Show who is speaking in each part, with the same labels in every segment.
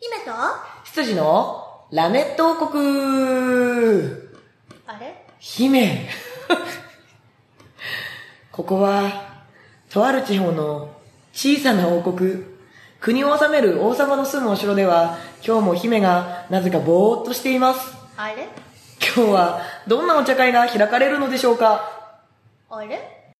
Speaker 1: 姫と
Speaker 2: 羊のラメット王国
Speaker 1: あれ
Speaker 2: 姫 ここは、とある地方の小さな王国。国を治める王様の住むお城では、今日も姫がなぜかぼーっとしています。
Speaker 1: あれ
Speaker 2: 今日はどんなお茶会が開かれるのでしょうか
Speaker 1: あれ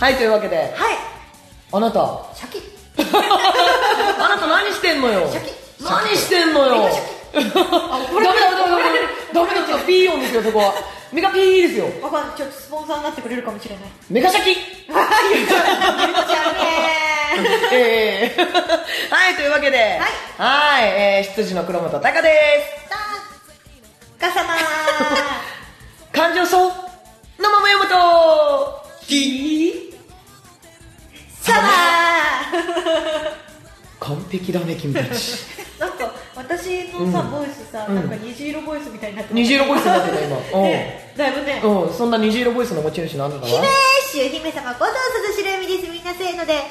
Speaker 2: はい、というわけで、
Speaker 1: はい
Speaker 2: あなた、
Speaker 1: シャキ
Speaker 2: あなた何してんのよ
Speaker 1: シャキ
Speaker 2: 何してんのよ
Speaker 1: シあ怒
Speaker 2: ダメ
Speaker 1: ら
Speaker 2: だ
Speaker 1: れる
Speaker 2: ダメだダメだダメだダメだピーヨンですよそこはメガピーですよ
Speaker 1: パパちょっとスポンサーになってくれるかもしれない
Speaker 2: メガシャキ
Speaker 1: じゃあね
Speaker 2: ええ はいというわけではいいえー、羊の黒本隆で
Speaker 1: ーさあお母様
Speaker 2: す感情層のまま読むとひ
Speaker 1: さあ
Speaker 2: 完璧だね君たち
Speaker 1: なんか私のさ、
Speaker 2: うん
Speaker 1: ボイスさ、
Speaker 2: うん
Speaker 1: なんか虹色ボイスみたいになってる
Speaker 2: 虹色ボイスになってた今うん
Speaker 1: ね、だいぶね、
Speaker 2: うん、そんな虹色ボイスの持ち主なんだから
Speaker 1: 姫主姫様五条鈴しるみですみんなせーのでえ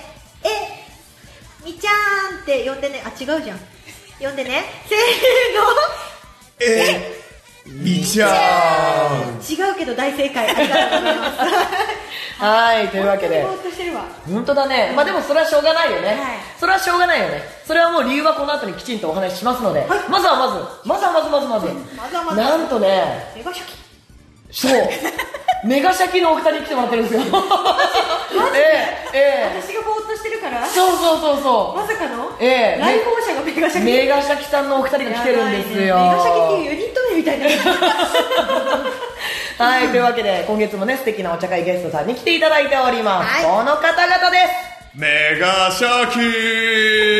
Speaker 1: みちゃーんって呼んでねあ違うじゃん呼んでねせー
Speaker 3: えみちゃん
Speaker 1: の違うけど大正解ありがとうございます
Speaker 2: はいというわけで
Speaker 1: ぼーっとしてるわ
Speaker 2: 本当だね、まあ、でもそれはしょうがないよね、
Speaker 1: はい
Speaker 2: それはしょうがないよねそれはもう理由はこの後にきちんとお話ししますので、
Speaker 1: はい
Speaker 2: まずはまずまずはまずまずまず
Speaker 1: まずはまず
Speaker 2: なんとね
Speaker 1: メガシャキ
Speaker 2: そう メガシャキのお二人に来てもらってるんですよ
Speaker 1: マジで
Speaker 2: ええええ
Speaker 1: 私がぼーっとしてるから
Speaker 2: そうそうそうそ
Speaker 1: まさかの
Speaker 2: ええ
Speaker 1: 来訪者がメガシ
Speaker 2: う
Speaker 1: ャキ
Speaker 2: メガシャキさんのお二人が来てるんですよ、
Speaker 1: やばいねメガシャキっていうユニット名みたいな
Speaker 2: はいというわけで今月もね素敵なお茶会ゲストさんに来ていただいておりま
Speaker 1: はい
Speaker 2: す、この方々です
Speaker 3: メガシャキ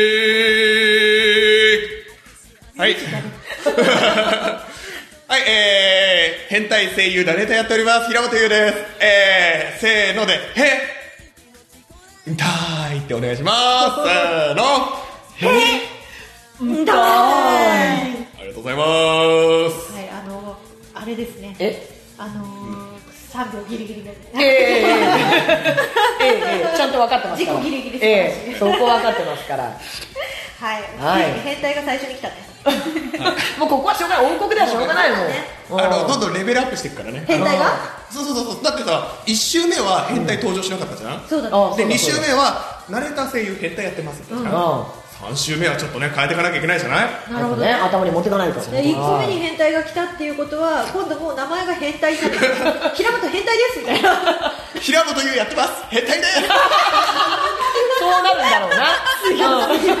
Speaker 3: はい。はい、えー、変態声優ダネタやっております。平本優です。えー、せーので、へんたーいってお願いします。せーの。へ
Speaker 1: んだーい
Speaker 3: ありがとうございます。
Speaker 1: はいあのあれですね
Speaker 2: え
Speaker 1: あのー、3秒ギリギリで
Speaker 2: ええええええええちゃんと分かってますか
Speaker 1: 自
Speaker 2: ら
Speaker 1: 己ギリギリ素晴らしい
Speaker 2: ええそこ分かってますから
Speaker 1: はい、
Speaker 2: はい
Speaker 1: 変態が最初に来たね
Speaker 2: もうここはしょうがない王国ではしょうがないもんうん
Speaker 3: あの、どんどんレベルアップしていくからね。
Speaker 1: 変態が
Speaker 3: そうそうそうそう。だってさ、1周目は変態登場しなかったじゃん、
Speaker 1: そうだね
Speaker 2: あそう
Speaker 3: で、
Speaker 2: だ
Speaker 3: 2
Speaker 2: そうだ
Speaker 3: 周目は、慣れた声優変態やってますって、3周目はちょっとね、変えていかなきゃいけないじゃない
Speaker 2: うんやっぱね頭に持ってかないと
Speaker 1: で1個目に変態が来たっていうことは今度もう名前が変態になってる 平本変態ですみた いな
Speaker 3: 平本優やってます変態です
Speaker 2: そうなるんだろうなうんそうなってくると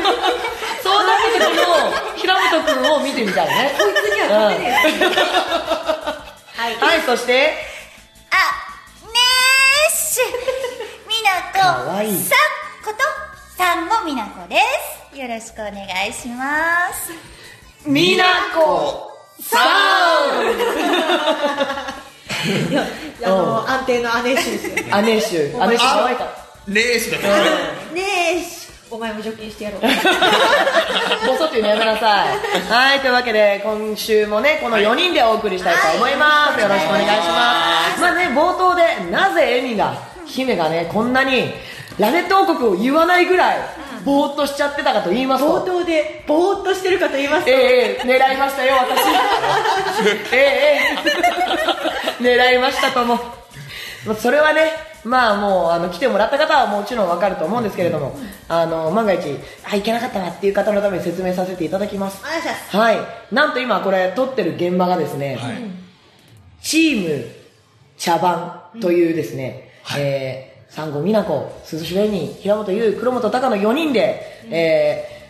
Speaker 2: 平本君を見てみたいね
Speaker 1: こいつには勝てねえよはい
Speaker 2: はいそして
Speaker 4: あ、ねーし、 みなこ
Speaker 2: かわいい
Speaker 4: さんこと、さんもみなこです。よろしくお願いします。
Speaker 2: 美奈子さ
Speaker 1: いやあの安定の姉氏ですよ
Speaker 2: ん姉衆姉衆可愛かった
Speaker 3: レースだからね
Speaker 1: ねえしお前も除菌してやろう
Speaker 2: ボソっていうのやめなさい。はい、というわけで、今週もね、この4人でお送りしたいと思います。よろしくお願いします。まあね、冒頭で、なぜエミが、姫がね、こんなに、ラネット王国を言わないぐらい、ぼーっとしちゃってたかと言います
Speaker 1: 冒
Speaker 2: と、
Speaker 1: 頭でぼーっとしてるかと言いますと、
Speaker 2: ええええ狙いましたよ、私。ええええ狙いましたとも。まあそれはね、まあもうあの来てもらった方はもちろんわかると思うんですけれども、あの万が一、あ、行けなかったわっていう方のために説明させていただきます。
Speaker 1: あよっしゃ
Speaker 2: はい、なんと今これ撮ってる現場がですね、チーム茶番というですね、えー、産後美奈子、鈴木紅、平本優、黒本隆の4人で、えー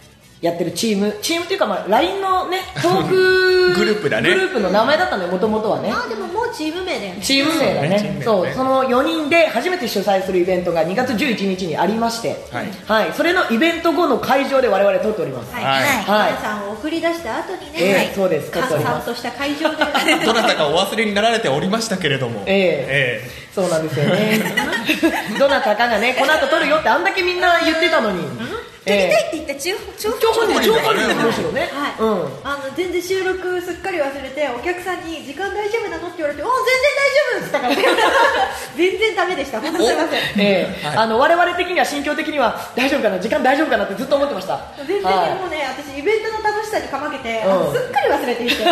Speaker 2: やってるチーム、チームというか、まあ、LINE の ね、トーク
Speaker 3: グループだね
Speaker 2: グループの名前だったのよ、もともとはね。
Speaker 1: あでももうチーム名だよね
Speaker 2: チーム名だねそうう
Speaker 3: そねチーム名だね
Speaker 2: その4人で初めて主催するイベントが2月11日にありまして、
Speaker 3: はい
Speaker 2: それのイベント後の会場で我々撮っております、
Speaker 1: はい、
Speaker 3: はい
Speaker 2: はい
Speaker 1: 皆さんを送り出した後にね、
Speaker 2: ええ
Speaker 1: はい
Speaker 2: そうです
Speaker 1: 閑散とした会場で
Speaker 3: どなたかお忘れになられておりましたけれども
Speaker 2: ええそう なんですよね。どなたかがね、この後撮るよってあんだけみんな言ってたのに、
Speaker 4: 撮りたいって言った中長
Speaker 2: 張本人、張本
Speaker 3: 張本人だ
Speaker 2: 人
Speaker 3: ね
Speaker 2: むしろね。
Speaker 1: はい、
Speaker 2: うん。
Speaker 1: あの全然収録すっかり忘れてお客さんに「時間大丈夫なの?」って言 われて「お全然大丈夫」っつったから全然ダメでした本当すいません
Speaker 2: ええ
Speaker 3: はい
Speaker 2: あの我々的には心境的には大丈夫かな時間大丈夫かなってずっと思ってました
Speaker 1: 全然も
Speaker 2: は
Speaker 1: うね、私イベントの楽しさにかまけて、
Speaker 2: うん
Speaker 1: あのすっかり忘れてい て申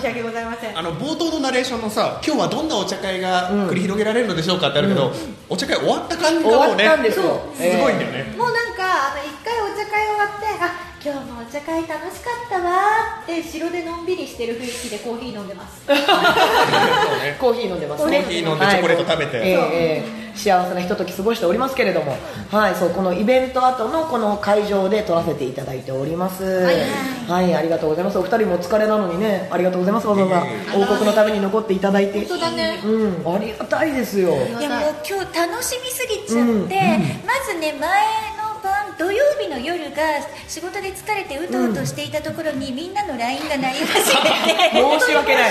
Speaker 1: し訳ございません
Speaker 3: あの冒頭のナレーションのさ今日はどんなお茶会が繰り広げられるのでしょうかってあるけど、お茶会終わった感じ
Speaker 2: い、
Speaker 3: が
Speaker 2: 終
Speaker 3: も
Speaker 2: わ
Speaker 3: う
Speaker 2: っ
Speaker 3: ね
Speaker 2: たんですよ、
Speaker 3: すごいんだよね、
Speaker 1: もうなんかあの一回お茶会終わってあ今日もお茶会楽しかったわーって城でのんびりしてる雰囲気でコーヒー飲んでます
Speaker 3: そう
Speaker 2: ええ
Speaker 3: ね
Speaker 2: コーヒー飲んでますね
Speaker 1: コーヒ
Speaker 3: ー飲んでチョコレート食べて
Speaker 2: はいええええ幸せなひととき過ごしておりますけれども、はい、そうこのイベント後のこの会場で撮らせていただいておりますはいい、ありがとうございますお二人もお疲れなのにねありがとうございますわざわ
Speaker 3: いえい
Speaker 2: ざ王国のために残っていただいて
Speaker 1: 当だね
Speaker 2: うんありがたいですよ
Speaker 4: いやもう今日楽しみすぎちゃって、
Speaker 2: うんうん
Speaker 4: まずね前の晩土曜日の夜が仕事で疲れてうとうとしていたところにみんなの LINE が鳴り始めて
Speaker 2: 申し訳ない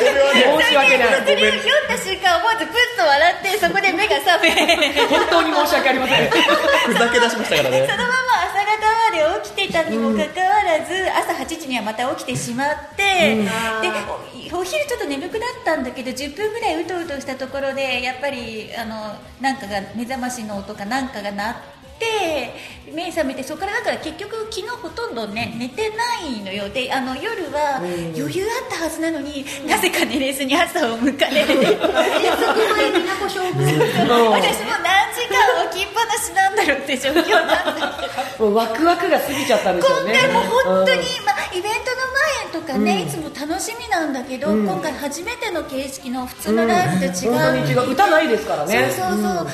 Speaker 2: 申し訳 ない
Speaker 4: それを読んだ瞬間思わずプッと笑ってそこで目が覚め
Speaker 2: 本当に申し訳ありま せん
Speaker 3: ふざけ出しましたからね
Speaker 4: そのまま朝方まで起きてたにもかかわらず、朝8時にはまた起きてしまって、でおお昼ちょっと眠くなったんだけど10分ぐらいうとうとしたところでやっぱりあのなんかが目覚ましの音かなんかが鳴って。目覚めてそこからだから結局昨日ほとんど、ね、寝てないのよであの夜は余裕あったはずなのに、なぜか寝れずに朝を迎えて
Speaker 1: 遠足前になこ勝負
Speaker 4: 私も何時間起きっぱなしなんだろうって状況なんだけど
Speaker 2: もうワクワクが過ぎちゃったんですよ
Speaker 4: 今
Speaker 2: ね
Speaker 4: 回も本当
Speaker 2: う
Speaker 4: に、
Speaker 2: ん
Speaker 4: まあ、イベントの前とかね、いつも楽しみなんだけど、今回初めての形式の普通のライブと違う、
Speaker 2: 本当に違う歌ないですからね
Speaker 4: そうそうそう、歌の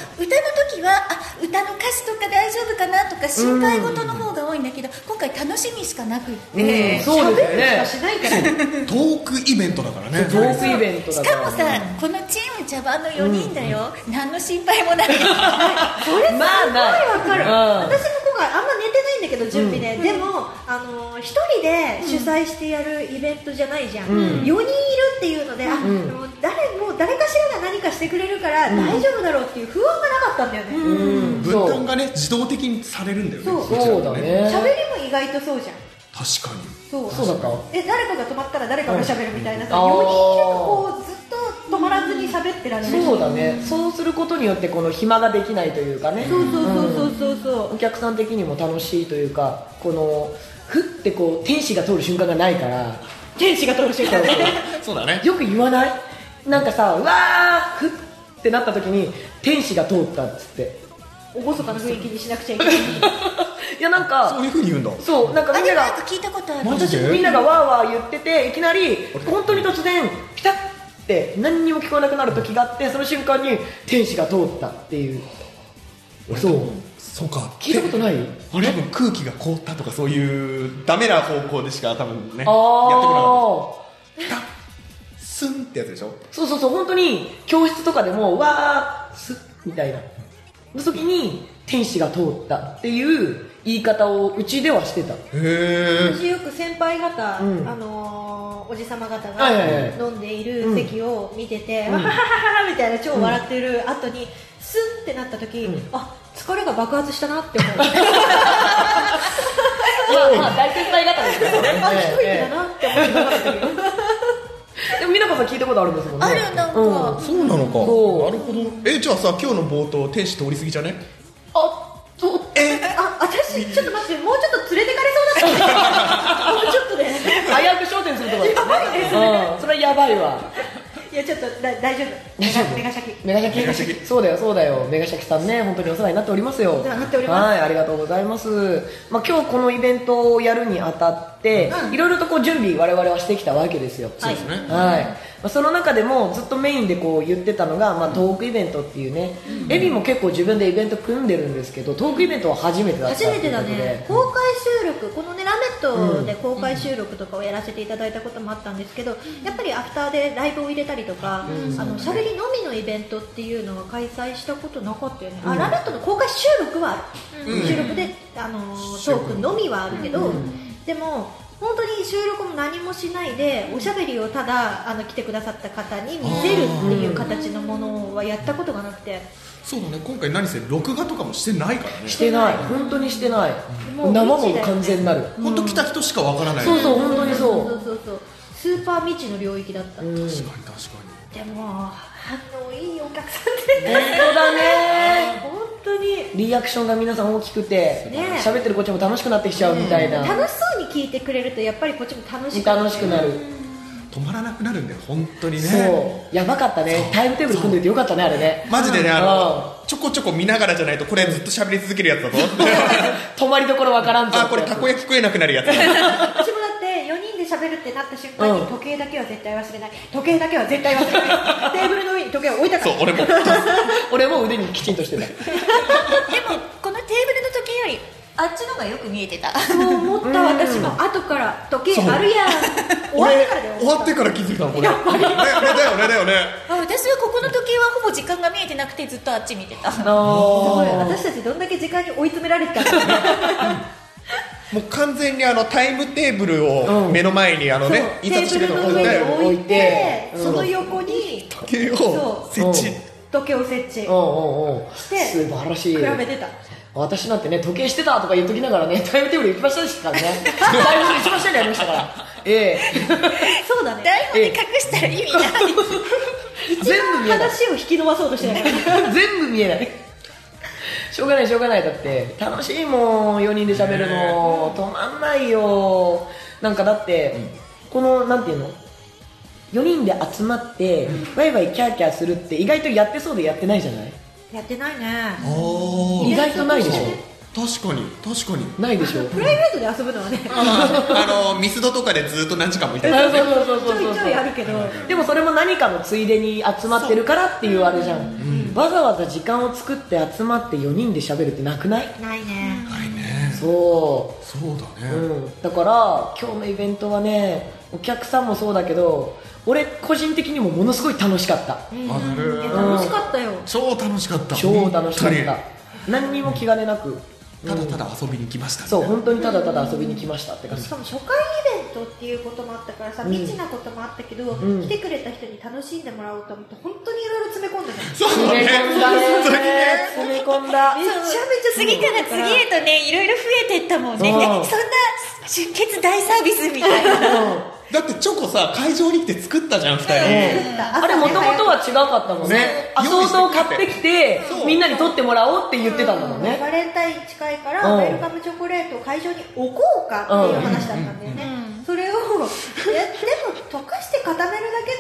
Speaker 4: 時はあ歌の歌詞とか大丈夫かなとか心配事の方が多いんだけど、今回楽しみしかなくって、
Speaker 2: うんそうですね
Speaker 1: しないからね
Speaker 3: トークイベントだからね
Speaker 2: トークイベント
Speaker 4: し
Speaker 2: だ
Speaker 4: か
Speaker 2: か
Speaker 4: も
Speaker 2: ら
Speaker 4: さ、このチーム茶番の4人だよ、何の心配 もない
Speaker 1: それすごい
Speaker 2: まあない
Speaker 1: わかる、
Speaker 2: うん
Speaker 1: 私も今回あんま寝てないんだけど準備で、でも、あのー一人で主催してやるイベントじゃないじゃん、4人いるっていうので、あもう誰もう誰かしらが何かしてくれるから大丈夫だろうっていう不安がなかったんだよね、
Speaker 2: うん
Speaker 3: 分
Speaker 2: そう
Speaker 3: 担がね自動的にされるんだよね
Speaker 1: そう
Speaker 3: こちら
Speaker 2: そう
Speaker 3: も
Speaker 2: だね
Speaker 1: 喋りも意外とそうじゃん
Speaker 3: 確かに
Speaker 1: そう
Speaker 2: そうだった
Speaker 1: え誰かが止まったら誰かが喋るみたいなさ、
Speaker 2: うん
Speaker 1: 4
Speaker 2: あ
Speaker 1: 人い
Speaker 2: ー
Speaker 1: るとこうずっと止まらずに喋ってられるし
Speaker 2: そうだねそうすることによってこの暇ができないというかね
Speaker 1: そうそうそうそうそう
Speaker 2: お客さん的にも楽しいというかこのふってこう天使が通る瞬間がないから
Speaker 1: 天使が通る瞬間ね
Speaker 3: そうだね
Speaker 2: よく言わないなんかさうわーふってなった時に天使が通ったっつって
Speaker 1: 厳かな雰囲気にしなくちゃいけない
Speaker 2: いやなん
Speaker 3: そう
Speaker 2: か
Speaker 3: いうふうに言うんだ
Speaker 2: そうなんか
Speaker 4: あ
Speaker 2: みん
Speaker 4: で
Speaker 2: な
Speaker 4: もなん
Speaker 2: が
Speaker 4: か聞いたことある
Speaker 3: マジで
Speaker 2: みんながわーわー言ってていきなり本当に突然ピタッって何にも聞こえなくなる時があってその瞬間に天使が通ったっていうそう
Speaker 3: そうか
Speaker 2: 聞いたことない
Speaker 3: あれ多分空気が凍ったとかそういうダメな方向でしか多分ねやって
Speaker 2: あ
Speaker 3: こ
Speaker 2: あ
Speaker 3: なかったスンってやつでしょ
Speaker 2: そうそうそう本当に教室とかでもわーすみたいなの時に天使が通ったっていう言い方をうちではしてた
Speaker 3: へえ
Speaker 1: 私よく先輩方、
Speaker 2: うん
Speaker 1: あのーおじさま方
Speaker 2: はいはいは
Speaker 1: が
Speaker 2: い
Speaker 1: 飲んでいる席を見てて、
Speaker 2: ん
Speaker 1: わははははみたいな超笑ってる後に、スンってなった時、
Speaker 2: うん
Speaker 1: あ疲れが爆発したなって思う
Speaker 2: まあまあ大先輩方ですから
Speaker 1: あ低いんだ
Speaker 2: ね
Speaker 1: なって思ってなかったけど
Speaker 2: でも美奈子さん聞いたことあるんですもんね
Speaker 4: あるなんか
Speaker 2: うん
Speaker 3: そうなのか
Speaker 2: そう
Speaker 3: なるほどえじゃあさ今日の冒頭天使通り過ぎじゃね
Speaker 2: あそう
Speaker 1: あ私ちょっと待ってもうちょっと連れてかれそうだったもうちょっとで、ね、
Speaker 2: 危うく焦点するところですねうんそれはやばいわ
Speaker 1: いやちょっとだ大丈夫
Speaker 2: 大丈夫
Speaker 1: メガシャキ
Speaker 2: メガシャキ
Speaker 3: メガシャキ
Speaker 2: そうだよそうだよメガシャキさんね本当にお世話になっておりますよ
Speaker 1: 世話になっております
Speaker 2: はいありがとうございますまあ今日このイベントをやるにあたって、
Speaker 1: うん
Speaker 2: いろいろとこう準備我々はしてきたわけですよ
Speaker 3: そうですね
Speaker 2: はいまあ、その中でもずっとメインでこう言ってたのが、まあ、トークイベントっていうね、エビも結構自分でイベント組んでるんですけどトークイベントは初めてだった
Speaker 1: 初めてだ
Speaker 2: という
Speaker 1: ね
Speaker 2: ことで
Speaker 1: 公開収録このね「ラメット!」で公開収録とかをやらせていただいたこともあったんですけど、やっぱりアフターでライブを入れたりとか、あのしゃべりのみのイベントっていうのは開催したことなかったよね、あラメットの公開収録はある、収録で、あのートークのみはあるけど、でも本当に収録も何もしないでおしゃべりをただあの来てくださった方に見せるっていう形のものはやったことがなくて
Speaker 3: そうだね今回何せ録画とかもしてないからね
Speaker 2: してない本当にしてない
Speaker 1: もう
Speaker 2: 生も完全なる
Speaker 3: 本当来た人しかわからない、
Speaker 2: そうそう本当にそ
Speaker 1: そううそうそうスーパー未知の領域だった、
Speaker 2: うん
Speaker 3: 確かに確か
Speaker 1: でも反応いいお客さん
Speaker 2: 本当
Speaker 1: で
Speaker 2: だね
Speaker 1: 本当に
Speaker 2: リアクションが皆さん大きくて
Speaker 1: ね
Speaker 2: 喋ってるこっちも楽しくなってきちゃうみたいな
Speaker 1: 楽しそうに聞いてくれるとやっぱりこっちも楽しく
Speaker 2: 楽しくなる
Speaker 3: に止まらなくなるんだよ本当にね
Speaker 2: そうやばかったねタイムテーブル組んでいてよかったねあれね
Speaker 3: マジでね
Speaker 2: う
Speaker 3: あ
Speaker 2: ん
Speaker 3: のちょこちょこ見ながらじゃないとこれずっと喋り続けるやつだぞ
Speaker 2: 泊まりどころわからんぞ
Speaker 3: あこれたこ焼き食えなくなるやつだ
Speaker 1: 私もだって4人で喋るってなった瞬間
Speaker 2: うん
Speaker 1: に時計だけは絶対忘れない時計だけは絶対忘れないテーブルの上に時計を置いたか
Speaker 3: そ
Speaker 1: ら
Speaker 3: う俺も
Speaker 2: 俺も腕にきちんとしてた
Speaker 4: でもこのテーブルの時計よりあっちの方がよく見えてた
Speaker 1: そう思った私も後から時計あるやん終わって
Speaker 3: 俺
Speaker 1: からだよ
Speaker 3: 終わってから気づいたのこれねねだよねだよね
Speaker 4: あ私はここの時計はほぼ時間が見えてなくてずっとあっち見てた
Speaker 2: あ
Speaker 1: すごい
Speaker 2: の
Speaker 1: 私たちどんだけ時間に追い詰められてたか
Speaker 3: もう完全にあのタイムテーブル
Speaker 2: う
Speaker 3: を
Speaker 2: ん
Speaker 3: 目の前にあのね
Speaker 1: テ
Speaker 3: 印刷し
Speaker 1: ー
Speaker 3: て
Speaker 1: ブ
Speaker 3: く
Speaker 1: ル
Speaker 3: れた
Speaker 1: の上
Speaker 3: の
Speaker 1: に
Speaker 3: で
Speaker 1: 置いて
Speaker 2: うん
Speaker 1: その横に
Speaker 3: 時計を設置
Speaker 2: そう
Speaker 1: 時計を設置
Speaker 2: うんうんうん
Speaker 1: して
Speaker 2: 素晴らしい
Speaker 1: 比べてた
Speaker 2: 私なんてね時計してたとか言っときながらね タイムテーブル行きましたですからねタイムテーブル一番下にありましたからえ
Speaker 1: そうだね
Speaker 4: 台本に隠したら意 味ない
Speaker 2: え全部見えない
Speaker 1: 話を引き伸ばそうとしてない
Speaker 2: 全部見えないしょうがないしょうがないだって楽しいもん4人で喋るの止まんないよなんかだって、このなんていうの4人で集まって、ワイワイキャーキャーするって意外とやってそうでやってないじゃない
Speaker 1: やってないね
Speaker 3: あー
Speaker 2: 意外とないでしょ
Speaker 3: 確かに確かに
Speaker 2: ないでしょ
Speaker 1: プライベートで遊ぶのはね
Speaker 3: あのミスドとかでずっと何時間もいたりとか
Speaker 2: あ
Speaker 3: ね
Speaker 2: そうそうそう
Speaker 1: ち
Speaker 2: そう
Speaker 1: ょい
Speaker 2: そう
Speaker 1: ちょいあるけど
Speaker 2: でもそれも何かのついでに集まってるからっていうあれじゃん、わざわざ時間を作って集まって4人で喋るってなくない
Speaker 1: ないね
Speaker 3: ないね
Speaker 2: そ
Speaker 3: そうだ
Speaker 2: う、う
Speaker 3: ね、
Speaker 2: ん、だから今日のイベントはねお客さんもそうだけど俺個人的にもものすごい楽しかった
Speaker 3: わか
Speaker 1: い
Speaker 3: る
Speaker 1: や楽しかったよ
Speaker 3: 超楽しかった
Speaker 2: 超楽しかっ
Speaker 3: 本
Speaker 2: た何にも気兼ねなく、
Speaker 3: 当にただただ遊びに来ました、
Speaker 2: そう本当にただただ遊びに来ましたって感じ
Speaker 1: しかも初回イベントっていうこともあったからさ
Speaker 2: ん
Speaker 1: 未知なこともあったけど
Speaker 2: ん
Speaker 1: 来てくれた人に楽しんでもらおうと思って本当にいろいろ詰め込んでためち
Speaker 3: そう
Speaker 2: 詰
Speaker 3: だね
Speaker 2: め込んだ
Speaker 3: 本当に
Speaker 2: ね
Speaker 3: ね
Speaker 2: 詰め込ん
Speaker 1: ゃめちゃ詰め
Speaker 2: だ
Speaker 4: 次か
Speaker 1: 込ん
Speaker 4: ら
Speaker 1: でた
Speaker 4: 次へとねいろいろ増えてったもんね
Speaker 2: そう
Speaker 4: でそんな出血大サービスみたいな
Speaker 3: だってチョコさ会場に来て作ったじゃん2人、
Speaker 2: あれもともとは違かったもんね
Speaker 3: ね
Speaker 2: アソートを買ってきて
Speaker 3: そう
Speaker 2: みんなに取ってもらおうって言ってたんだもんね
Speaker 1: バレンタイン近いか
Speaker 2: う
Speaker 1: ら
Speaker 2: ん
Speaker 1: ウェルカムチョコレートを会場に置こうかっていう話だったんだよねそれをいやでも溶かして固めるだ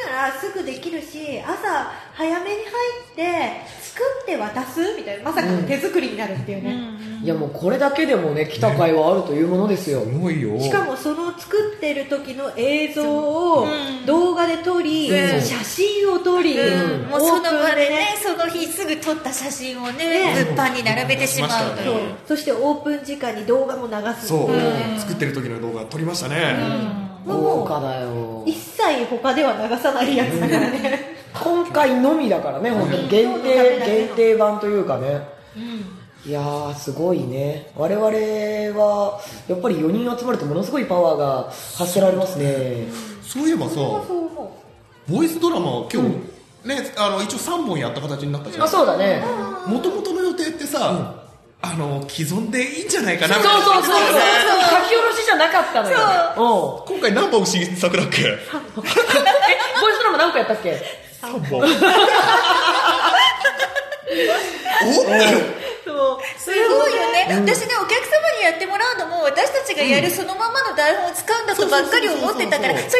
Speaker 1: けならすぐできるし朝早めに入って作って渡すみたいなまさかの手作りになるっていうね、
Speaker 2: いやもうこれだけでもね来た甲斐はあるというものですよ
Speaker 3: すごいよ
Speaker 1: しかもその作ってる時の映像を動画で撮り、
Speaker 2: うん
Speaker 1: 写真を撮り、
Speaker 2: うん
Speaker 4: もうそ
Speaker 1: オ
Speaker 4: の
Speaker 1: ープ
Speaker 4: 場
Speaker 1: ン
Speaker 4: でねその日すぐ撮った写真をね
Speaker 1: ね
Speaker 4: 物販に並べてしまうとい
Speaker 1: そううそしてオープン時間に動画も流す
Speaker 3: そう、
Speaker 1: ん
Speaker 3: 作ってる時の動画撮りましたね、
Speaker 2: 豪華だよ
Speaker 1: 一切他では流さないやつだからね、
Speaker 2: 今回のみだからね本当に限定限定版というかねいやーすごいね我々はやっぱり4人集まるとものすごいパワーが発せられますね
Speaker 3: そういえばさ
Speaker 1: そうそう思
Speaker 3: ボイスドラマ今日、ねあの一応3本やった形になったじゃ
Speaker 2: あ
Speaker 3: ん
Speaker 2: そうだね
Speaker 3: もともとの予定ってさ、あの既存でいいんじゃないか
Speaker 2: そ
Speaker 3: な
Speaker 2: うそうそうそう書き下ろしじゃなかったのようん
Speaker 3: 今回何本新作だっけ
Speaker 2: えボイスドラマ何個やったっけ
Speaker 3: 3本お
Speaker 1: う
Speaker 3: って
Speaker 4: すごいよね、私ねお客様にやってもらうのも私たちがやるそのままの台本を使うんだとばっかり思ってたから
Speaker 3: そうそうそ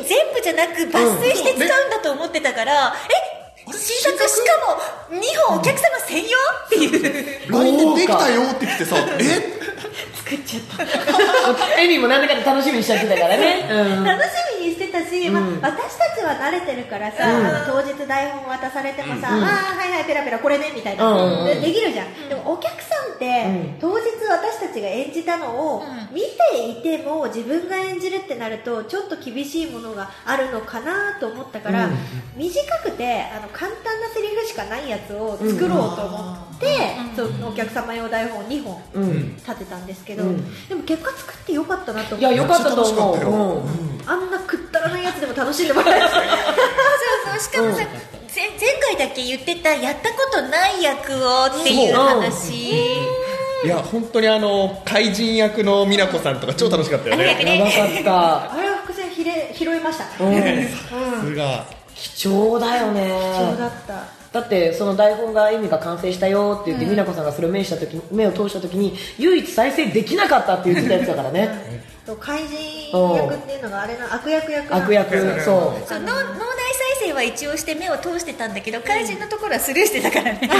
Speaker 3: うそうそう
Speaker 4: それをそのシーン全部じゃなく抜粋して使うんだと思ってたから、え
Speaker 3: あれ
Speaker 4: 新作しかも2本お客様専用っていう
Speaker 3: 来年できたよって来てさえ
Speaker 1: 作っちゃった
Speaker 2: エミもなんだかんだ楽しみにしちゃってたからね、
Speaker 1: 楽しみにしててたし、まあ、私たちは慣れてるからさ、当日台本渡されてもさ、ああはいはいペラペラこれねみたいな、
Speaker 2: うん
Speaker 1: でできるじゃん、でもお客さんって、
Speaker 2: うん
Speaker 1: 当日私たちが演じたのを
Speaker 4: うん
Speaker 1: 見ていても自分が演じるってなるとちょっと厳しいものがあるのかなと思ったから、
Speaker 2: うん
Speaker 1: 短くてあの簡単なセリフしかないやつを作ろうと思って、そのお客様用台本2本
Speaker 2: うん
Speaker 1: 立てたんですけど、
Speaker 2: うん
Speaker 1: でも結果作ってよかったなと
Speaker 2: い
Speaker 1: 思
Speaker 2: や
Speaker 1: って
Speaker 2: よかったと思ううん
Speaker 1: あんなくったらないやつでも楽しんでもらえたし
Speaker 4: そうそうしかもさ、ぜ前回だけ言ってたやったことない役をっていう話、
Speaker 3: いや本当にあの怪人役の美奈子さんとか超楽しかったよ
Speaker 4: ありがと
Speaker 3: ね
Speaker 4: う
Speaker 2: やばかっ
Speaker 1: あれは伏線ひれ拾いました
Speaker 2: た、う
Speaker 1: ね、
Speaker 2: ん、
Speaker 3: さすが
Speaker 2: 貴重だよね
Speaker 1: 貴重だった
Speaker 2: だってその台本が意味が完成したよって言って、美奈子さんがそれを目した時に目を通した時に唯一再生できなかったって言ってたやつだからね
Speaker 1: そう怪人役っていうのがあれの悪役役なん
Speaker 2: 悪
Speaker 1: で
Speaker 2: 役そ
Speaker 4: そう脳脳内再生は一応して目を通してたんだけど怪人のところはスルーしてたからね、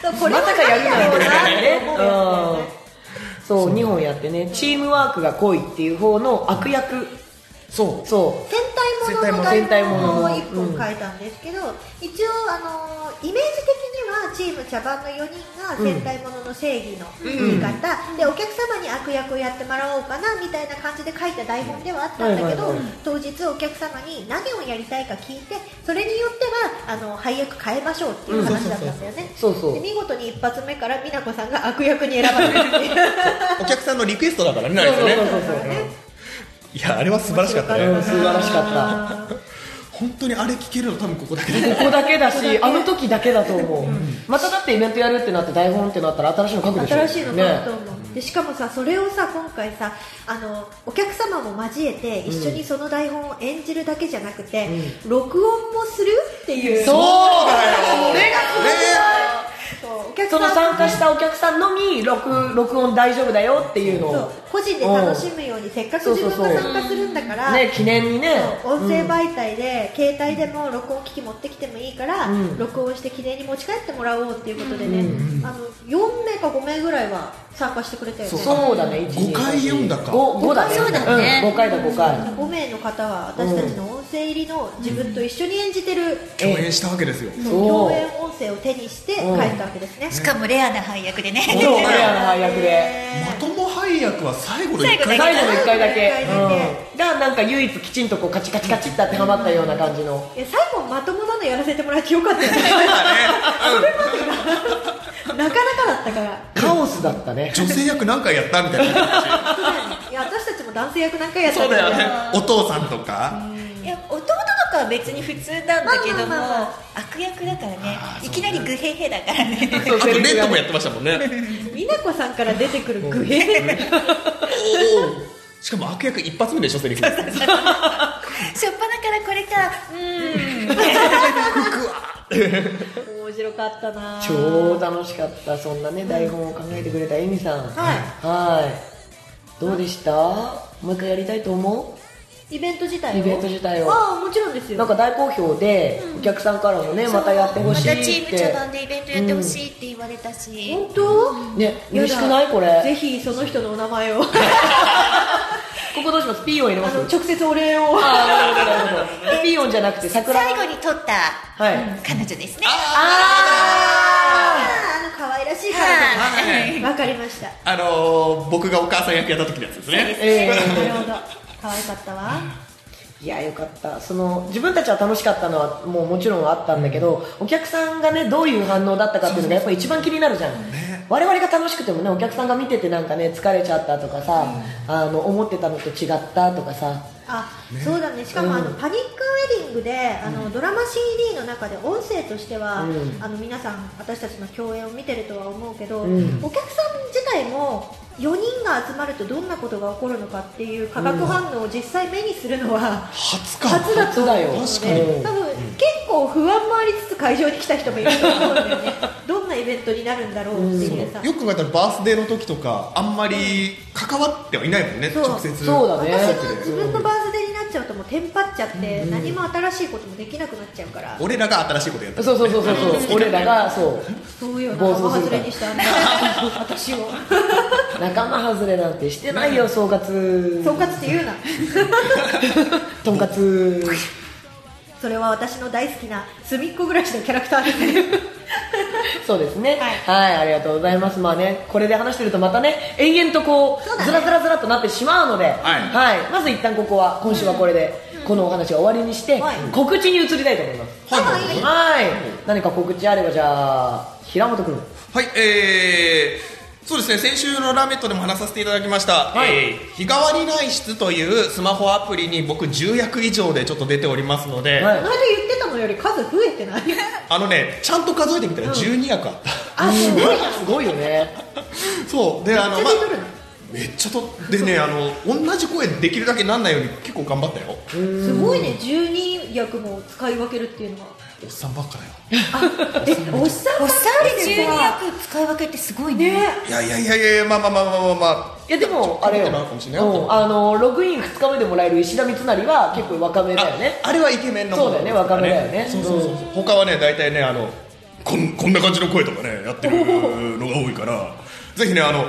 Speaker 1: そう
Speaker 2: う
Speaker 1: これ
Speaker 2: ま
Speaker 1: は
Speaker 2: さかやるな
Speaker 1: 何だろう
Speaker 2: んて
Speaker 1: なって思うやつ
Speaker 2: ね
Speaker 1: だよね
Speaker 2: うんそう2本やってねチームワークが濃いっていう方の悪役
Speaker 3: そう
Speaker 2: そ
Speaker 1: 戦隊ものの
Speaker 2: 戦隊
Speaker 1: 台
Speaker 2: もの
Speaker 1: 本を1本書いたんですけど、一応、あのーイメージ的にはチーム茶番の4人が戦隊ものの正義の味方、でお客様に悪役をやってもらおうかなみたいな感じで書いた台本ではあったんだけど、
Speaker 2: はいはいはい
Speaker 1: 当日お客様に何をやりたいか聞いてそれによってはあの配役変えましょうっていう話だったんだよね。
Speaker 2: そうそう
Speaker 1: で見事に一発目から美奈子さんが悪役に選ばれるっていう。
Speaker 3: お客さんのリクエストだからねあ
Speaker 2: う
Speaker 3: れ
Speaker 2: そうそう
Speaker 3: ね
Speaker 2: そうそう
Speaker 3: いやあれは素晴らしかった
Speaker 2: うん
Speaker 3: ね
Speaker 2: 素晴らしかっ
Speaker 3: 本当にあれ聞けるの多分ここだけだ
Speaker 2: たここだけだしあの時だけだと思う、まただってイベントやるってなって台本ってなったら新しいの書くでしょ
Speaker 1: 新しいの買うと
Speaker 2: ね
Speaker 1: 思う、でしかもさそれをさ今回さあのお客様も交えて一緒にその台本を演じるだけじゃなくて、録音もするっていう
Speaker 2: そうだよ
Speaker 3: それがすごくない
Speaker 1: そうお客
Speaker 2: その
Speaker 1: さん
Speaker 2: 参加したお客さんのみ録録音大丈夫だよっていうの
Speaker 1: そう
Speaker 2: を
Speaker 1: 個人で楽しむようにせっかく
Speaker 2: そう
Speaker 1: 自
Speaker 2: そう
Speaker 1: 分
Speaker 2: そう
Speaker 1: が参加するんだから、
Speaker 2: ね記念にね
Speaker 1: そう音声媒体で、携帯でも録音機器持ってきてもいいから、
Speaker 2: うん
Speaker 1: 録音して記念に持ち帰ってもらおうっていうことでね、あの4名か5名ぐらいは参加してくれたよね
Speaker 2: そうだね
Speaker 3: 五回読んだか
Speaker 2: 5, だね
Speaker 4: そうだね
Speaker 2: 5回だ5回
Speaker 1: 5名の方は私たちの音声入りの自分と一緒に演じてる
Speaker 3: 共演したわけですよ
Speaker 2: ん
Speaker 1: 共演音声を手にして帰ったわけですね
Speaker 4: しかもレアな配役でね
Speaker 2: そうレアな配役で
Speaker 3: まとも配役は最後の1回
Speaker 4: 最
Speaker 2: 最後の1回だけ
Speaker 1: 最後の一回だけ
Speaker 2: うんがなんか唯一きちんとこうカチカチカチって当てはまったような感じの
Speaker 1: いや最後まともなのやらせてもらってよかったよねなかなかだったから
Speaker 2: カオスだったね
Speaker 3: 女性役何回やったみたいな
Speaker 1: いや私たちも男性役何回やった
Speaker 3: そ
Speaker 1: ん
Speaker 3: うだ
Speaker 1: だ
Speaker 3: よ
Speaker 1: け
Speaker 3: ね
Speaker 1: ど
Speaker 3: お父さんとか
Speaker 4: いや弟とかは別に普通なんだけども、
Speaker 1: まあまあまあま
Speaker 4: 悪役だからね
Speaker 3: あー
Speaker 4: いきなりグヘヘだからね
Speaker 3: あとレッドもやってましたもんね
Speaker 1: 美奈子さんから出てくるグヘ
Speaker 3: おおしかも悪役一発目でしょセリフ
Speaker 4: 初っ端からこれかうーん
Speaker 1: 面白かったな
Speaker 2: 超楽しかったそんなね台本を考えてくれたエミさん
Speaker 1: はい
Speaker 2: はいどうでしたもう一回やりたいと思
Speaker 1: イベント自体
Speaker 2: う
Speaker 1: を
Speaker 2: イベント自体を
Speaker 1: ああもちろんです
Speaker 2: な
Speaker 1: よ
Speaker 2: んか大好評で、お客さんからもねまたやってほし
Speaker 4: またチ
Speaker 2: い
Speaker 4: ー
Speaker 2: っ
Speaker 4: ム茶
Speaker 2: て、
Speaker 4: 番でイベントやってほしいって言われたし、
Speaker 1: 本当
Speaker 2: ね嬉しくないこ
Speaker 1: やだ
Speaker 2: れ
Speaker 1: ぜひその人のお名前 をあ
Speaker 2: ここどうしますピーヨン入れます
Speaker 1: の直接お礼を
Speaker 2: あーなるほどなるほど ピーヨンじゃなくて桜
Speaker 4: 最後に撮った、
Speaker 2: はい
Speaker 4: うん彼女ですね
Speaker 1: あ
Speaker 2: あ
Speaker 1: あの可愛らしい
Speaker 4: は
Speaker 1: から
Speaker 4: い
Speaker 3: はい
Speaker 1: わかりました
Speaker 3: あのー僕がお母さん役やった時のやつですね
Speaker 2: ーえ
Speaker 1: な
Speaker 2: ー
Speaker 1: るほど可愛かったわ
Speaker 2: いやよかったその自分たちは楽しかったのはもうもちろんあったんだけど、お客さんがねどういう反応だったかっていうのがやっぱり一番気になるじゃん、我々が楽しくてもねお客さんが見ててなんかね疲れちゃったとかさ、あの思ってたのと違ったとかさ
Speaker 1: あ、そうだねしかも、
Speaker 2: うん
Speaker 1: あのパニックウェディングであの、ドラマ CD の中で音声としては、
Speaker 2: うん
Speaker 1: あの皆さん私たちの共演を見てるとは思うけど、
Speaker 2: うん
Speaker 1: お客さん自体も4人が集まるとどんなことが起こるのかっていう化学反応を実際目にするのは、
Speaker 3: 初か
Speaker 1: 初だと思うので
Speaker 2: 初だよ確かに
Speaker 1: 多分結構不安もありつつ会場に来た人もいると思うんだよねどんなイベントになるんだろうっていうさ、
Speaker 3: よく考えたらバースデーの時とかあんまり関わってはいないもんね
Speaker 1: そう
Speaker 3: 直接
Speaker 2: そうだね
Speaker 1: 私が自分のバースデーになっちゃうともうテンパっちゃって何も新しいこともできなくなっちゃうから
Speaker 3: 俺らが新しいことやった
Speaker 2: そうそうそうそうそう 俺らがそう
Speaker 1: そういう
Speaker 2: 暴
Speaker 1: の仲間外
Speaker 2: 走するから
Speaker 1: れにしたんだ私を
Speaker 2: 仲間外れなんてしてないよ 総括
Speaker 1: 総括って言うな
Speaker 2: とんかつ
Speaker 1: それは私の大好きな隅っこ暮らしのキャラクターですね
Speaker 2: そうですね
Speaker 1: はい
Speaker 2: はいありがとうございますまあねこれで話してるとまたね延々とこ
Speaker 1: そう
Speaker 2: う
Speaker 1: だね
Speaker 2: ずらずらずらっとなってしまうので
Speaker 3: はい
Speaker 2: はいまず一旦ここは今週はこれでこのお話は終わりにして
Speaker 1: はい
Speaker 2: 告知に移りたいと思います
Speaker 3: はい
Speaker 2: はい何か告知あればじゃあ平本君
Speaker 3: はい、えー、そうですね、先週のラメットでも話させていただきました、
Speaker 2: はい
Speaker 3: えー日替わり内室というスマホアプリに僕10役以上でちょっと出ておりますので、
Speaker 2: は
Speaker 1: この間言ってたのより数増えてない
Speaker 3: あのね、ちゃんと数えてみたら12役あった。
Speaker 1: あすごいな
Speaker 2: すごいよね
Speaker 3: そう、で、あの、
Speaker 1: めっちゃ出とるな
Speaker 3: めっちゃと、でね、あの、同じ声できるだけなんないように結構頑張ったよ。
Speaker 1: すごいね12役も使い分けるっていうのは
Speaker 3: おっさんばっかだよ。
Speaker 1: えおっさんば
Speaker 4: お
Speaker 1: っか
Speaker 4: っさんで
Speaker 1: りで
Speaker 4: 12
Speaker 1: さ
Speaker 4: 役使い分けってすごいね
Speaker 1: ね
Speaker 3: いやいやいやいやいや、まあまあまあまあまあまあ。
Speaker 2: いやでもあれよ、
Speaker 3: ちょっとなのかもしれない
Speaker 2: うんあのログイン2日目でもらえる石田三成は結構若めだよね
Speaker 3: ああれはイケメンの
Speaker 2: そうだよね若めだよね
Speaker 3: そうそうそうそう他はね大体ねあのこんこんな感じの声とかねやってるのが多いからぜひねあの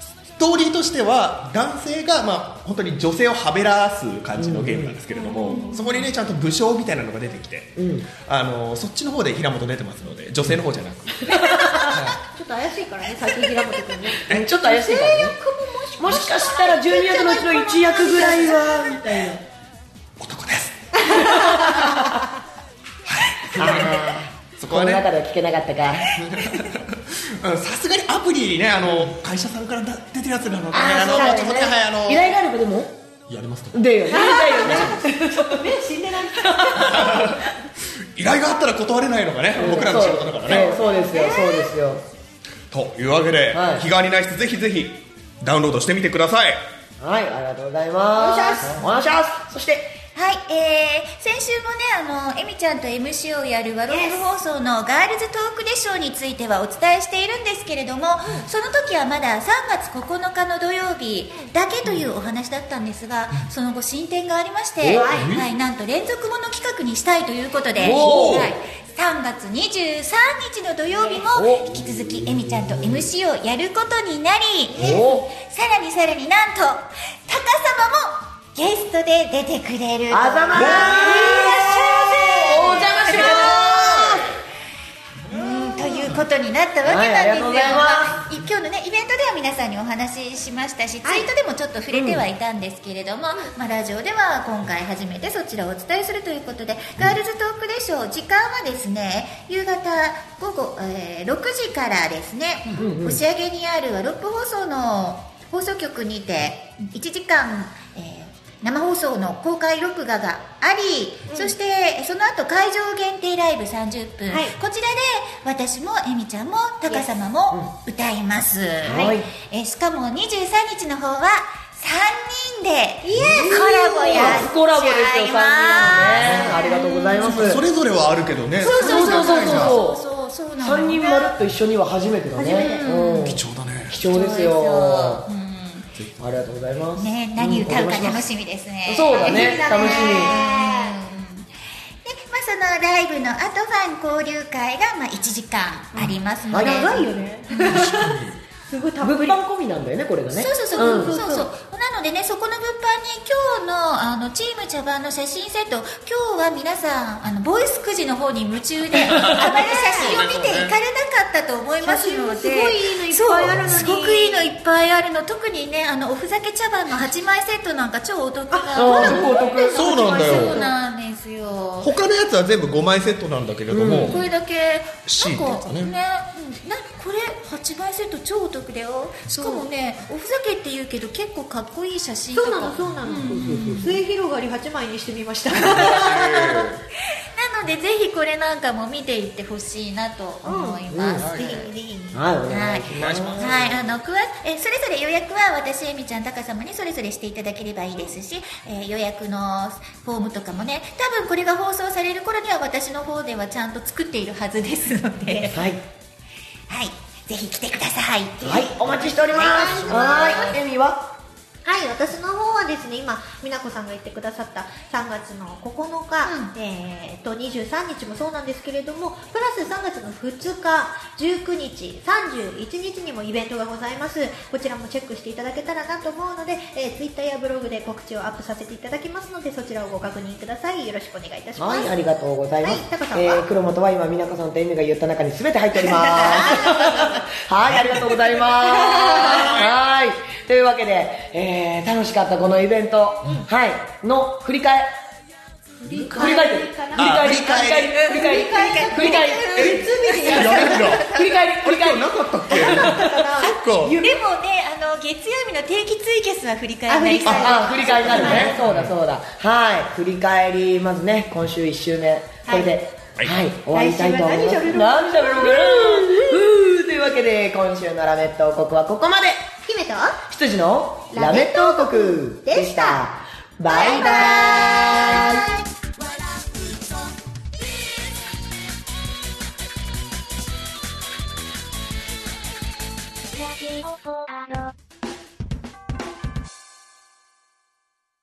Speaker 3: ストーリーとしては男性が、まあ、本当に女性をはべらす感じのゲームなんですけれども、そこにねちゃんと武将みたいなのが出てきて、
Speaker 2: ん
Speaker 3: あのそっちの方で平本出てますので女性の方じゃなく
Speaker 1: ちょっと怪しいからね最近平本君ね
Speaker 2: うんちょっと怪しいからねもしかしたら12役のうちの1役ぐらいはみたいな
Speaker 3: 男 ですそこ
Speaker 2: こ
Speaker 3: は
Speaker 2: の
Speaker 3: ね
Speaker 2: 中では聞けなかったか
Speaker 3: うんさすがにアプリにねあの会社さんからだ出てるやつなので、ね、
Speaker 2: あー
Speaker 3: あの
Speaker 2: そうだよね
Speaker 3: ちょっとねはいあの
Speaker 2: 依頼があればでも
Speaker 3: やりますと
Speaker 2: でよねだよね
Speaker 1: ちょっと目死んでない
Speaker 3: 依頼があったら断れないのがね、僕らの仕事だからね。
Speaker 2: そうそうですよそうですよ
Speaker 3: というわけで、
Speaker 2: はい
Speaker 3: 日替わりナイスぜひぜひダウンロードしてみてください。
Speaker 2: はいありがとうございますお願いしますそして
Speaker 4: はい、えー、先週もねあのえみちゃんと MC をやるワローム放送のガールズトークでショーについてはお伝えしているんですけれども、その時はまだ3月9日の土曜日だけというお話だったんですが、その後進展がありまして、
Speaker 2: お
Speaker 4: はいはい、なんと連続もの企画にしたいということで、
Speaker 2: おー
Speaker 4: はい、3月23日の土曜日
Speaker 2: お
Speaker 4: も引き続きえみちゃんと MC をやることになり、
Speaker 2: お
Speaker 4: さらにさらになんと高様もゲストで出てくれるといらっし
Speaker 2: あざまーお
Speaker 4: ゃいま
Speaker 2: 邪魔し
Speaker 4: せうんということになったわけ
Speaker 2: はいあ
Speaker 4: なん
Speaker 2: りがとうご
Speaker 4: ですよ、
Speaker 2: ざいま
Speaker 4: あい今日のねイベントでは皆さんにお話ししましたし、ツイートでもちょっと触れてはいたんですけれども、まあ、ラジオでは今回初めてそちらをお伝えするということで、ガールズトークでしょう時間はですね夕方午後、えー6時からですね、押上にあるワロップ放送の放送局にて1時間、えー生放送の公開録画があり、そしてその後会場限定ライブ30分、
Speaker 1: はい
Speaker 4: こちらで私もえみちゃんもタカ様も歌います、
Speaker 2: んはい
Speaker 4: えーしかも23日の方は3人でコラボやっちゃ
Speaker 2: 初コラボですよ3人
Speaker 4: います
Speaker 2: はねありがとうございます
Speaker 3: それぞれはあるけどね。
Speaker 2: そうそうそうそう
Speaker 4: そう
Speaker 2: そう
Speaker 4: そうそうなの
Speaker 2: 3人まるっと一緒には初めてだねうん
Speaker 3: 貴重だね。
Speaker 2: 貴重ですよありがとうございます
Speaker 4: ね何歌うか楽
Speaker 2: し
Speaker 4: しみですね、
Speaker 2: そうだね楽しみ
Speaker 4: うんでまあ、そのライブの後ファン交流会がまあ1時間ありますので、
Speaker 2: うん
Speaker 1: 長いよねすごいたっ
Speaker 2: 物
Speaker 1: ぷり
Speaker 2: 販込みなんだよねこれがね
Speaker 4: そうそうそう、
Speaker 2: ん
Speaker 4: そうそうなのでねそこの物販に今日のあのチーム茶番の写真セット今日は皆さんあのボイスくじの方に夢中 であまり写真を見ていかれなかったと思いますの
Speaker 1: 写真もす
Speaker 4: で
Speaker 1: ごいいいのいっぱいあるのに
Speaker 4: そうすごくいいのいっぱいあるの特にねあのおふざけ茶番の8枚セットなんか超お得な
Speaker 2: あすごいお得
Speaker 3: そうなんだ
Speaker 4: そう
Speaker 3: よ。
Speaker 4: なんですよ
Speaker 3: 他のやつは全部5枚セットなんだけれども、
Speaker 4: これだけ
Speaker 3: C って
Speaker 4: な
Speaker 3: や
Speaker 4: ん
Speaker 3: つ
Speaker 4: か
Speaker 3: だね
Speaker 4: ねうんなこれ8倍セット超お得だよしかもねおふざけって言うけど結構かっこいい写真と
Speaker 1: そ
Speaker 4: か
Speaker 1: うなのそうなの末広がり8枚にしてみました
Speaker 4: なのでぜひこれなんかも見ていってほしいなと思います、
Speaker 1: ぜひぜひ
Speaker 2: はいお
Speaker 4: は
Speaker 2: 願
Speaker 4: い
Speaker 2: いします
Speaker 4: はい、あの詳しえそれぞれ予約は私えみちゃん高様にそれぞれしていただければいいですし、えー予約のフォームとかもね多分これが放送される頃には私の方ではちゃんと作っているはずですので
Speaker 2: はい
Speaker 4: はいぜひ来てください
Speaker 2: はいお待ちしておりますはいエミは
Speaker 1: はい、私の方はですね今美奈子さんが言ってくださった3月の9日、えー、と23日もそうなんですけれどもプラス3月の2日19日31日にもイベントがございますこちらもチェックしていただけたらなと思うので、えー、ツイッターやブログで告知をアップさせていただきますのでそちらをご確認くださいよろしくお願いいたしま
Speaker 2: は
Speaker 1: す
Speaker 2: い、ありがとうございます。
Speaker 1: はいタカさんは
Speaker 2: えー、黒本は今、美奈子さんとエミが言った中に全て入っており ます。はい、ありがとうございます。はい。というわけで、えー、楽しかったこのイベント、はい、の振り返振り返り振り返り振り返り振り返り振り返り振り返り
Speaker 3: やべえな
Speaker 2: 振り返り振り返り
Speaker 3: なかったっけそっか
Speaker 4: でもねあの月曜日の定期ツイキャスは振り返り
Speaker 1: あ振り返り
Speaker 2: ああ振り返りになるねそうだそうだはい振り返りまずね今週1週目これでは、
Speaker 3: はいい
Speaker 2: 終わりたいと思います
Speaker 1: 来週は何喋ろう
Speaker 2: 何喋ろうかなうーというわけで今週のラメット王国はここまで
Speaker 1: 姫と
Speaker 2: 羊のラメット王国でしたバイバイ
Speaker 5: ラジオポアド